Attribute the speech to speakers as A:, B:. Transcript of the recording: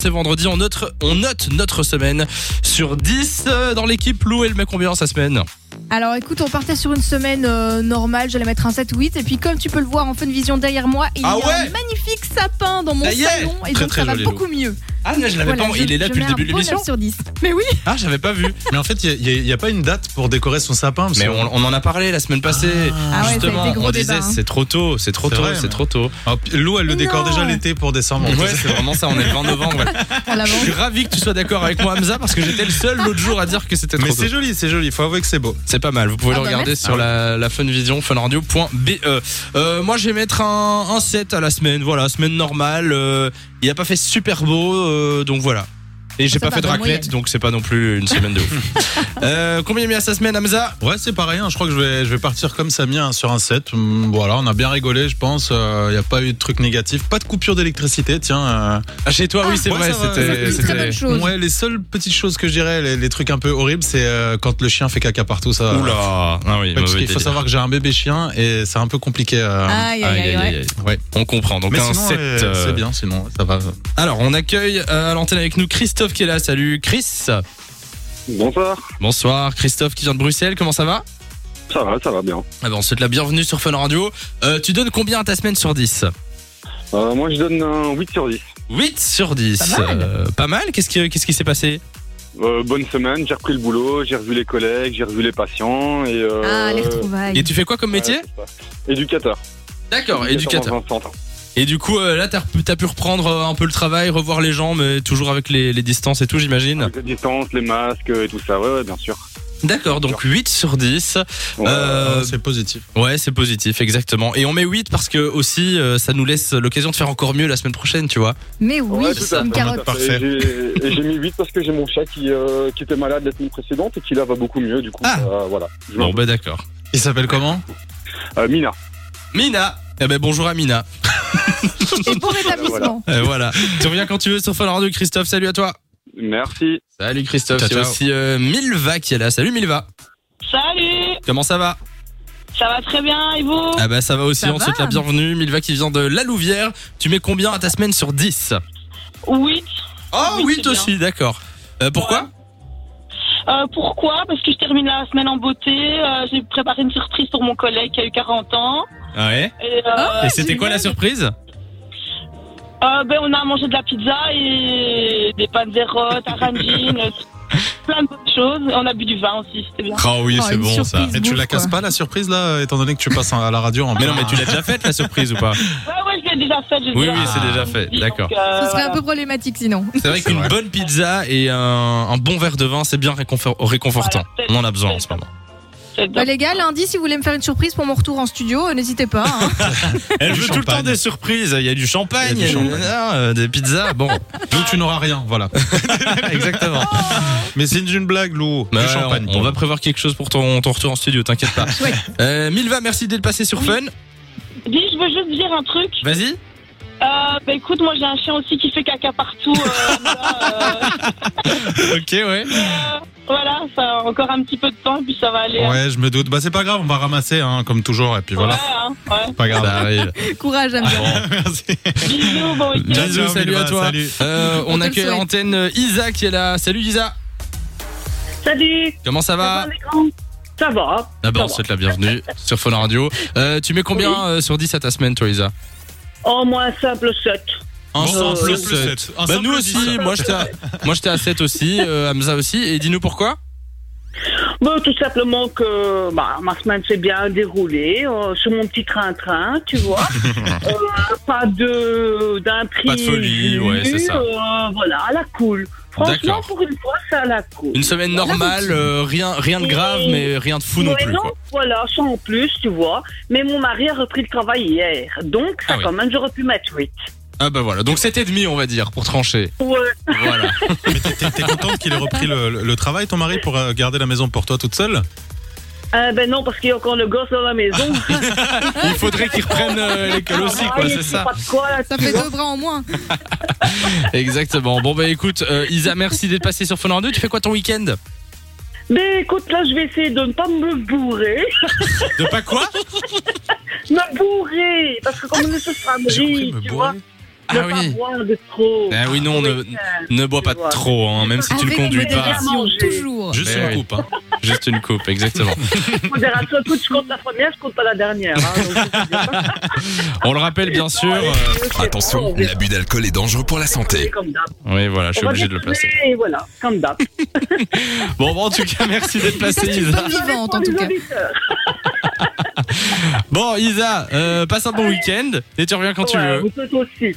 A: C'est vendredi, on note, on note notre semaine sur 10 euh, dans l'équipe. Lou, elle met combien sa semaine
B: Alors écoute, on partait sur une semaine euh, normale, j'allais mettre un 7-8, et puis comme tu peux le voir en fin de vision derrière moi, il
A: Ah
B: y a
A: ouais
B: un magnifique sapin dans mon
A: Ça y est
B: salon, et
A: Très,
B: donc
A: très
B: ça va
A: joli,
B: beaucoup mieux.
A: Ah non, je l'avais
B: Voilà,
A: pas,
B: je-
A: il est là
B: je
A: depuis le
B: mets
A: début
B: un
A: de
B: beau
A: l'émission.
B: 9 sur 10. Mais oui,
A: Ah, j'avais pas vu.
C: Mais en fait, il n'y a, pas une date pour décorer son sapin. parce
A: Mais
C: que-
A: on, on en a parlé la semaine passée.
B: Ah ouais, ça a été
A: Justement,
B: gros
A: on
B: débat,
A: disait
B: hein.
A: c'est trop tôt, c'est trop
C: C'est
A: tôt,
C: vrai,
A: c'est
C: mais-
A: trop tôt.
C: Ah, puis Lou, elle le
B: Mais
C: décore
B: non.
C: déjà l'été pour décembre.
A: Ouais, c'est vraiment ça, on est le 20 novembre.
C: Ah
B: on
A: Je
B: l'avance.
A: suis ravi que tu sois d'accord avec moi, Hamza, parce que j'étais le seul l'autre jour à dire que c'était trop
C: Mais
A: tôt.
C: c'est joli, c'est joli. Faut avouer que c'est beau.
A: C'est pas mal, vous pouvez
B: Ah
A: le
B: bah
A: regarder sur la, la funvision, funradio.be. Euh, moi, je vais mettre un, un 7 à la semaine, voilà, semaine normale. euh, il n'y a pas fait super beau, euh, donc voilà. Et j'ai pas
B: Ça va,
A: fait de
B: dans la
A: raclette,
B: moyenne.
A: donc c'est pas non plus une semaine de ouf. Euh, combien il met à sa semaine, Hamza
C: Ouais, c'est pareil. hein. Je crois que je vais, je vais partir comme Samir hein, sur un 7. Hum, Voilà, on a bien rigolé, je pense. Il n'y a pas eu de truc négatif. Pas de coupure d'électricité, tiens. euh.
A: Ah, Chez toi, oui, c'est
C: Ouais,
A: vrai,
C: ça va,
B: Ça,
A: c'était.
B: c'est une très bonne
A: c'était-
B: chose.
C: Ouais, les seules petites choses que je dirais, les, les trucs un peu horribles, c'est euh, quand le chien fait caca partout. Ça,
A: Oula ah oui,
C: Ouais, parce
A: mauvais
C: qu'il faut
A: délire.
C: savoir que j'ai un bébé chien et c'est un peu compliqué. euh,
B: Aïe, aïe, aïe, ouais.
C: Ouais.
A: On comprend, donc
C: Mais
A: un
C: sinon,
A: 7.
C: euh,
A: euh,
C: c'est bien, sinon ça va.
A: Alors, on accueille euh, à l'antenne avec nous Christophe qui est là. Salut Chris.
D: Bonsoir,
A: Bonsoir Christophe qui vient de Bruxelles, comment ça va
D: ça va, ça va bien.
A: Ah ben, on te souhaite la bienvenue sur Fun Radio. Euh, tu donnes combien à ta semaine sur 10
D: Euh, moi je donne un 8 sur 10.
A: 8 sur 10.
B: Pas mal.
A: Euh, pas mal. Qu'est-ce qui qu'est-ce qui s'est passé
D: Euh, bonne semaine, j'ai repris le boulot, j'ai revu les collègues, j'ai revu les patients et... Euh,
B: Ah, les retrouvailles.
A: Et tu fais quoi comme
D: ouais,
A: métier
D: c'est ça. Éducateur.
A: D'accord, éducateur.
D: dans un centre.
A: Et du coup, euh, là, t'as pu, t'as pu reprendre euh, un peu le travail, revoir les gens, mais toujours avec les, les distances et tout, j'imagine.
D: Avec la distance, les masques et tout ça, ouais, ouais bien sûr.
A: D'accord, donc 8 sur 10.
D: Ouais.
A: Euh,
C: Ah, c'est positif.
A: ouais, c'est positif, exactement. Et on met 8 parce que aussi, euh, ça nous laisse l'occasion de faire encore mieux la semaine prochaine, tu vois.
B: Mais oui,
D: Ouais, tout à fait,
B: une
D: tout à
B: carotte.
D: fait.
C: Parfait.
D: Et j'ai- Et j'ai mis 8 parce que j'ai mon chat qui, euh, qui était malade la semaine précédente et qui là va beaucoup mieux du coup.
A: Ah.
D: euh, voilà. Je
A: Bon,
D: m'en-
A: bah d'accord.
C: Il s'appelle comment
D: Euh, Mina.
A: Mina Eh ben bonjour à Mina.
B: Et bon rétablissement.
A: Euh, voilà. tu reviens quand tu veux sur Fun Radio, Christophe. Salut à toi.
D: Merci.
A: Salut Christophe.
C: Ciao,
A: Il y a
C: ciao.
A: aussi euh, Milva qui est là. Salut Milva.
E: Salut,
A: Comment ça va
E: ça va très bien et vous
A: Ah bah ça va aussi,
B: Ça
A: on te
B: va.
A: souhaite la bienvenue. Milva qui vient de La Louvière. Tu mets combien à ta semaine sur 10
E: Oui.
A: Oh
E: Oui,
A: oui,
E: c'est
A: toi
E: bien.
A: aussi, d'accord. Euh, pourquoi
E: Euh, pourquoi Parce que je termine la semaine en beauté. euh, J'ai préparé une surprise pour mon collègue qui a eu 40 ans.
A: Ah Ouais.
E: Et, euh,
B: Ah,
A: Et c'était quoi la
B: génial.
A: surprise
E: euh, ben, on a mangé de la pizza et des panzerottes, arangines, plein de bonnes choses. Et On a bu du vin aussi, c'était bien.
A: Oh oui,
B: Oh, c'est une bon, ça. surprise.
C: Et tu la
B: Bouffe,
C: casses
B: quoi.
C: pas la surprise là, étant donné que tu passes à la radio en
A: Mais non,
C: plein-
A: mais tu l'as déjà faite la surprise ou pas
E: Ouais, ouais, je l'ai déjà fait. je l'ai
A: Oui,
E: déjà
A: oui,
E: fait.
A: c'est déjà fait,
E: Donc,
A: d'accord.
E: euh,
B: Ce serait un
E: voilà.
B: peu problématique sinon.
A: C'est vrai
C: C'est
A: qu'une
C: vrai.
A: bonne pizza et un, un bon verre de vin, c'est bien réconfor- réconfortant.
E: Voilà, c'est-
A: on en a besoin en
E: c'est-
A: ce moment.
E: C'est
B: Bah,
E: dingue.
B: les gars, lundi, si vous voulez me faire une surprise pour mon retour en studio, euh, n'hésitez pas. hein.
A: Elle
C: Du
A: veut tout le temps
C: champagne.
A: des surprises. Il y a du champagne,
C: Il y a
A: il y a
C: du champagne.
A: nanas, euh, des pizzas. Bon,
C: Lou, tu n'auras rien, voilà.
A: exactement.
C: Mais c'est une blague, Lou.
A: Bah,
C: du champagne.
A: on, on va prévoir quelque chose pour ton, ton retour en studio, t'inquiète pas.
B: Ouais.
A: Euh, Milva, merci d'être passé sur Fun.
E: Dis, je veux juste dire un truc.
A: Vas-y.
E: Euh, ben, écoute, moi j'ai un chien aussi qui fait caca partout. euh, voilà, euh,
A: Ok, ouais.
E: voilà, ça a encore un petit peu de temps, puis ça va aller. hein.
C: Ouais, je me doute. Bah, c'est pas grave, on va ramasser, hein, comme toujours, et puis voilà.
E: Ouais, hein, ouais.
C: Pas grave.
A: Ça arrive.
B: Courage, Amza.
A: Ah,
C: Merci.
E: Bisous, bon week-end.
A: Bisous,
C: Ciao, ciao,
A: salut
C: Milva,
A: à toi.
C: salut.
A: Euh,
B: On
A: on
B: te le
A: accueille à
B: souhaite.
A: l'antenne euh, Isa qui est là. Salut Isa.
F: Salut,
A: Comment ça
F: ça va
A: va
F: les grands Ça va.
A: D'abord,
F: ça
A: on te
F: va.
A: souhaite la bienvenue sur Fun Radio. Euh, tu mets combien euh, sur 10 à ta semaine, toi, Isa
F: Au moins simple 7.
A: Un
C: Bon,
A: simple
C: simple
A: sept.
C: euh, sept. Un
A: Bah,
C: simple
A: nous
C: dix.
A: aussi, moi j'étais à, moi, j'étais à 7 aussi, euh, Hamza aussi. Et dis-nous pourquoi
F: Bon, tout simplement que bah, ma semaine s'est bien déroulée euh, sur mon petit train-train, tu vois. Euh, pas de d'un prix.
A: Pas de folie, ouais, c'est ça.
F: euh, voilà, à la cool. Franchement,
A: D'accord.
F: pour une fois, c'est à la cool.
A: Une semaine normale, euh, rien, rien de grave,
F: Oui.
A: mais rien de fou non
F: Ouais,
A: plus. quoi.
F: voilà, sans plus, tu vois. Mais mon mari a repris le travail hier. Donc, ça,
A: Ah oui.
F: quand même, j'aurais pu mettre 8.
A: Ah bah voilà, donc 7,5 on va dire, pour trancher.
F: Ouais,
A: Voilà.
C: Mais t'es- t'es t'es contente qu'il ait repris le, le- le travail, ton mari, pour euh, garder la maison pour toi toute seule
F: Euh, ben non, parce qu'il y a encore le gosse dans la maison. Ah,
A: Il faudrait qu'ils reprennent euh, l'école Ah, aussi, quoi,
F: Travail,
A: c'est
F: je sais
A: ça.
F: Pas de quoi, là,
B: Ça
F: tu
B: fait
F: vois.
B: deux bras en moins.
A: Exactement. Bon bah écoute, euh, Isa, merci d'être passé sur Fun Radio. Tu fais quoi ton week-end
F: Mais Ben, écoute, là, je vais essayer de ne pas me bourrer.
A: De pas quoi
F: Me bourrer Parce que comme on est sur samedi, tu vois,
A: Ah
F: ne
A: oui.
F: pas boire de trop. euh,
A: Ah oui, non, ne, ne bois pas de trop, hein, même si tu ne
B: Avec
A: conduis pas.
B: modération,
F: pas.
B: toujours.
C: Juste
A: Mais
C: une
A: oui.
C: coupe. hein.
A: Juste une coupe, exactement.
F: Modération, écoute, je compte la première, je compte pas la dernière. hein, donc je sais pas.
A: On le rappelle, bien sûr. euh,
G: Attention, l'abus d'alcool est dangereux pour la santé.
F: Comme d'hab.
A: oui, voilà, je suis
F: On va
A: obligé de le placer.
F: déconner, Et voilà, comme d'hab.
A: Bon, bon, en tout cas, merci d'être
B: Ça,
A: passé,
B: c'est une
A: Isa.
B: bonne vivante, en tout
F: Les
B: cas.
F: auditeurs.
A: Bon, Isa, euh, passe un bon week-end et tu reviens quand tu veux.
F: Ouais, Vous tous aussi.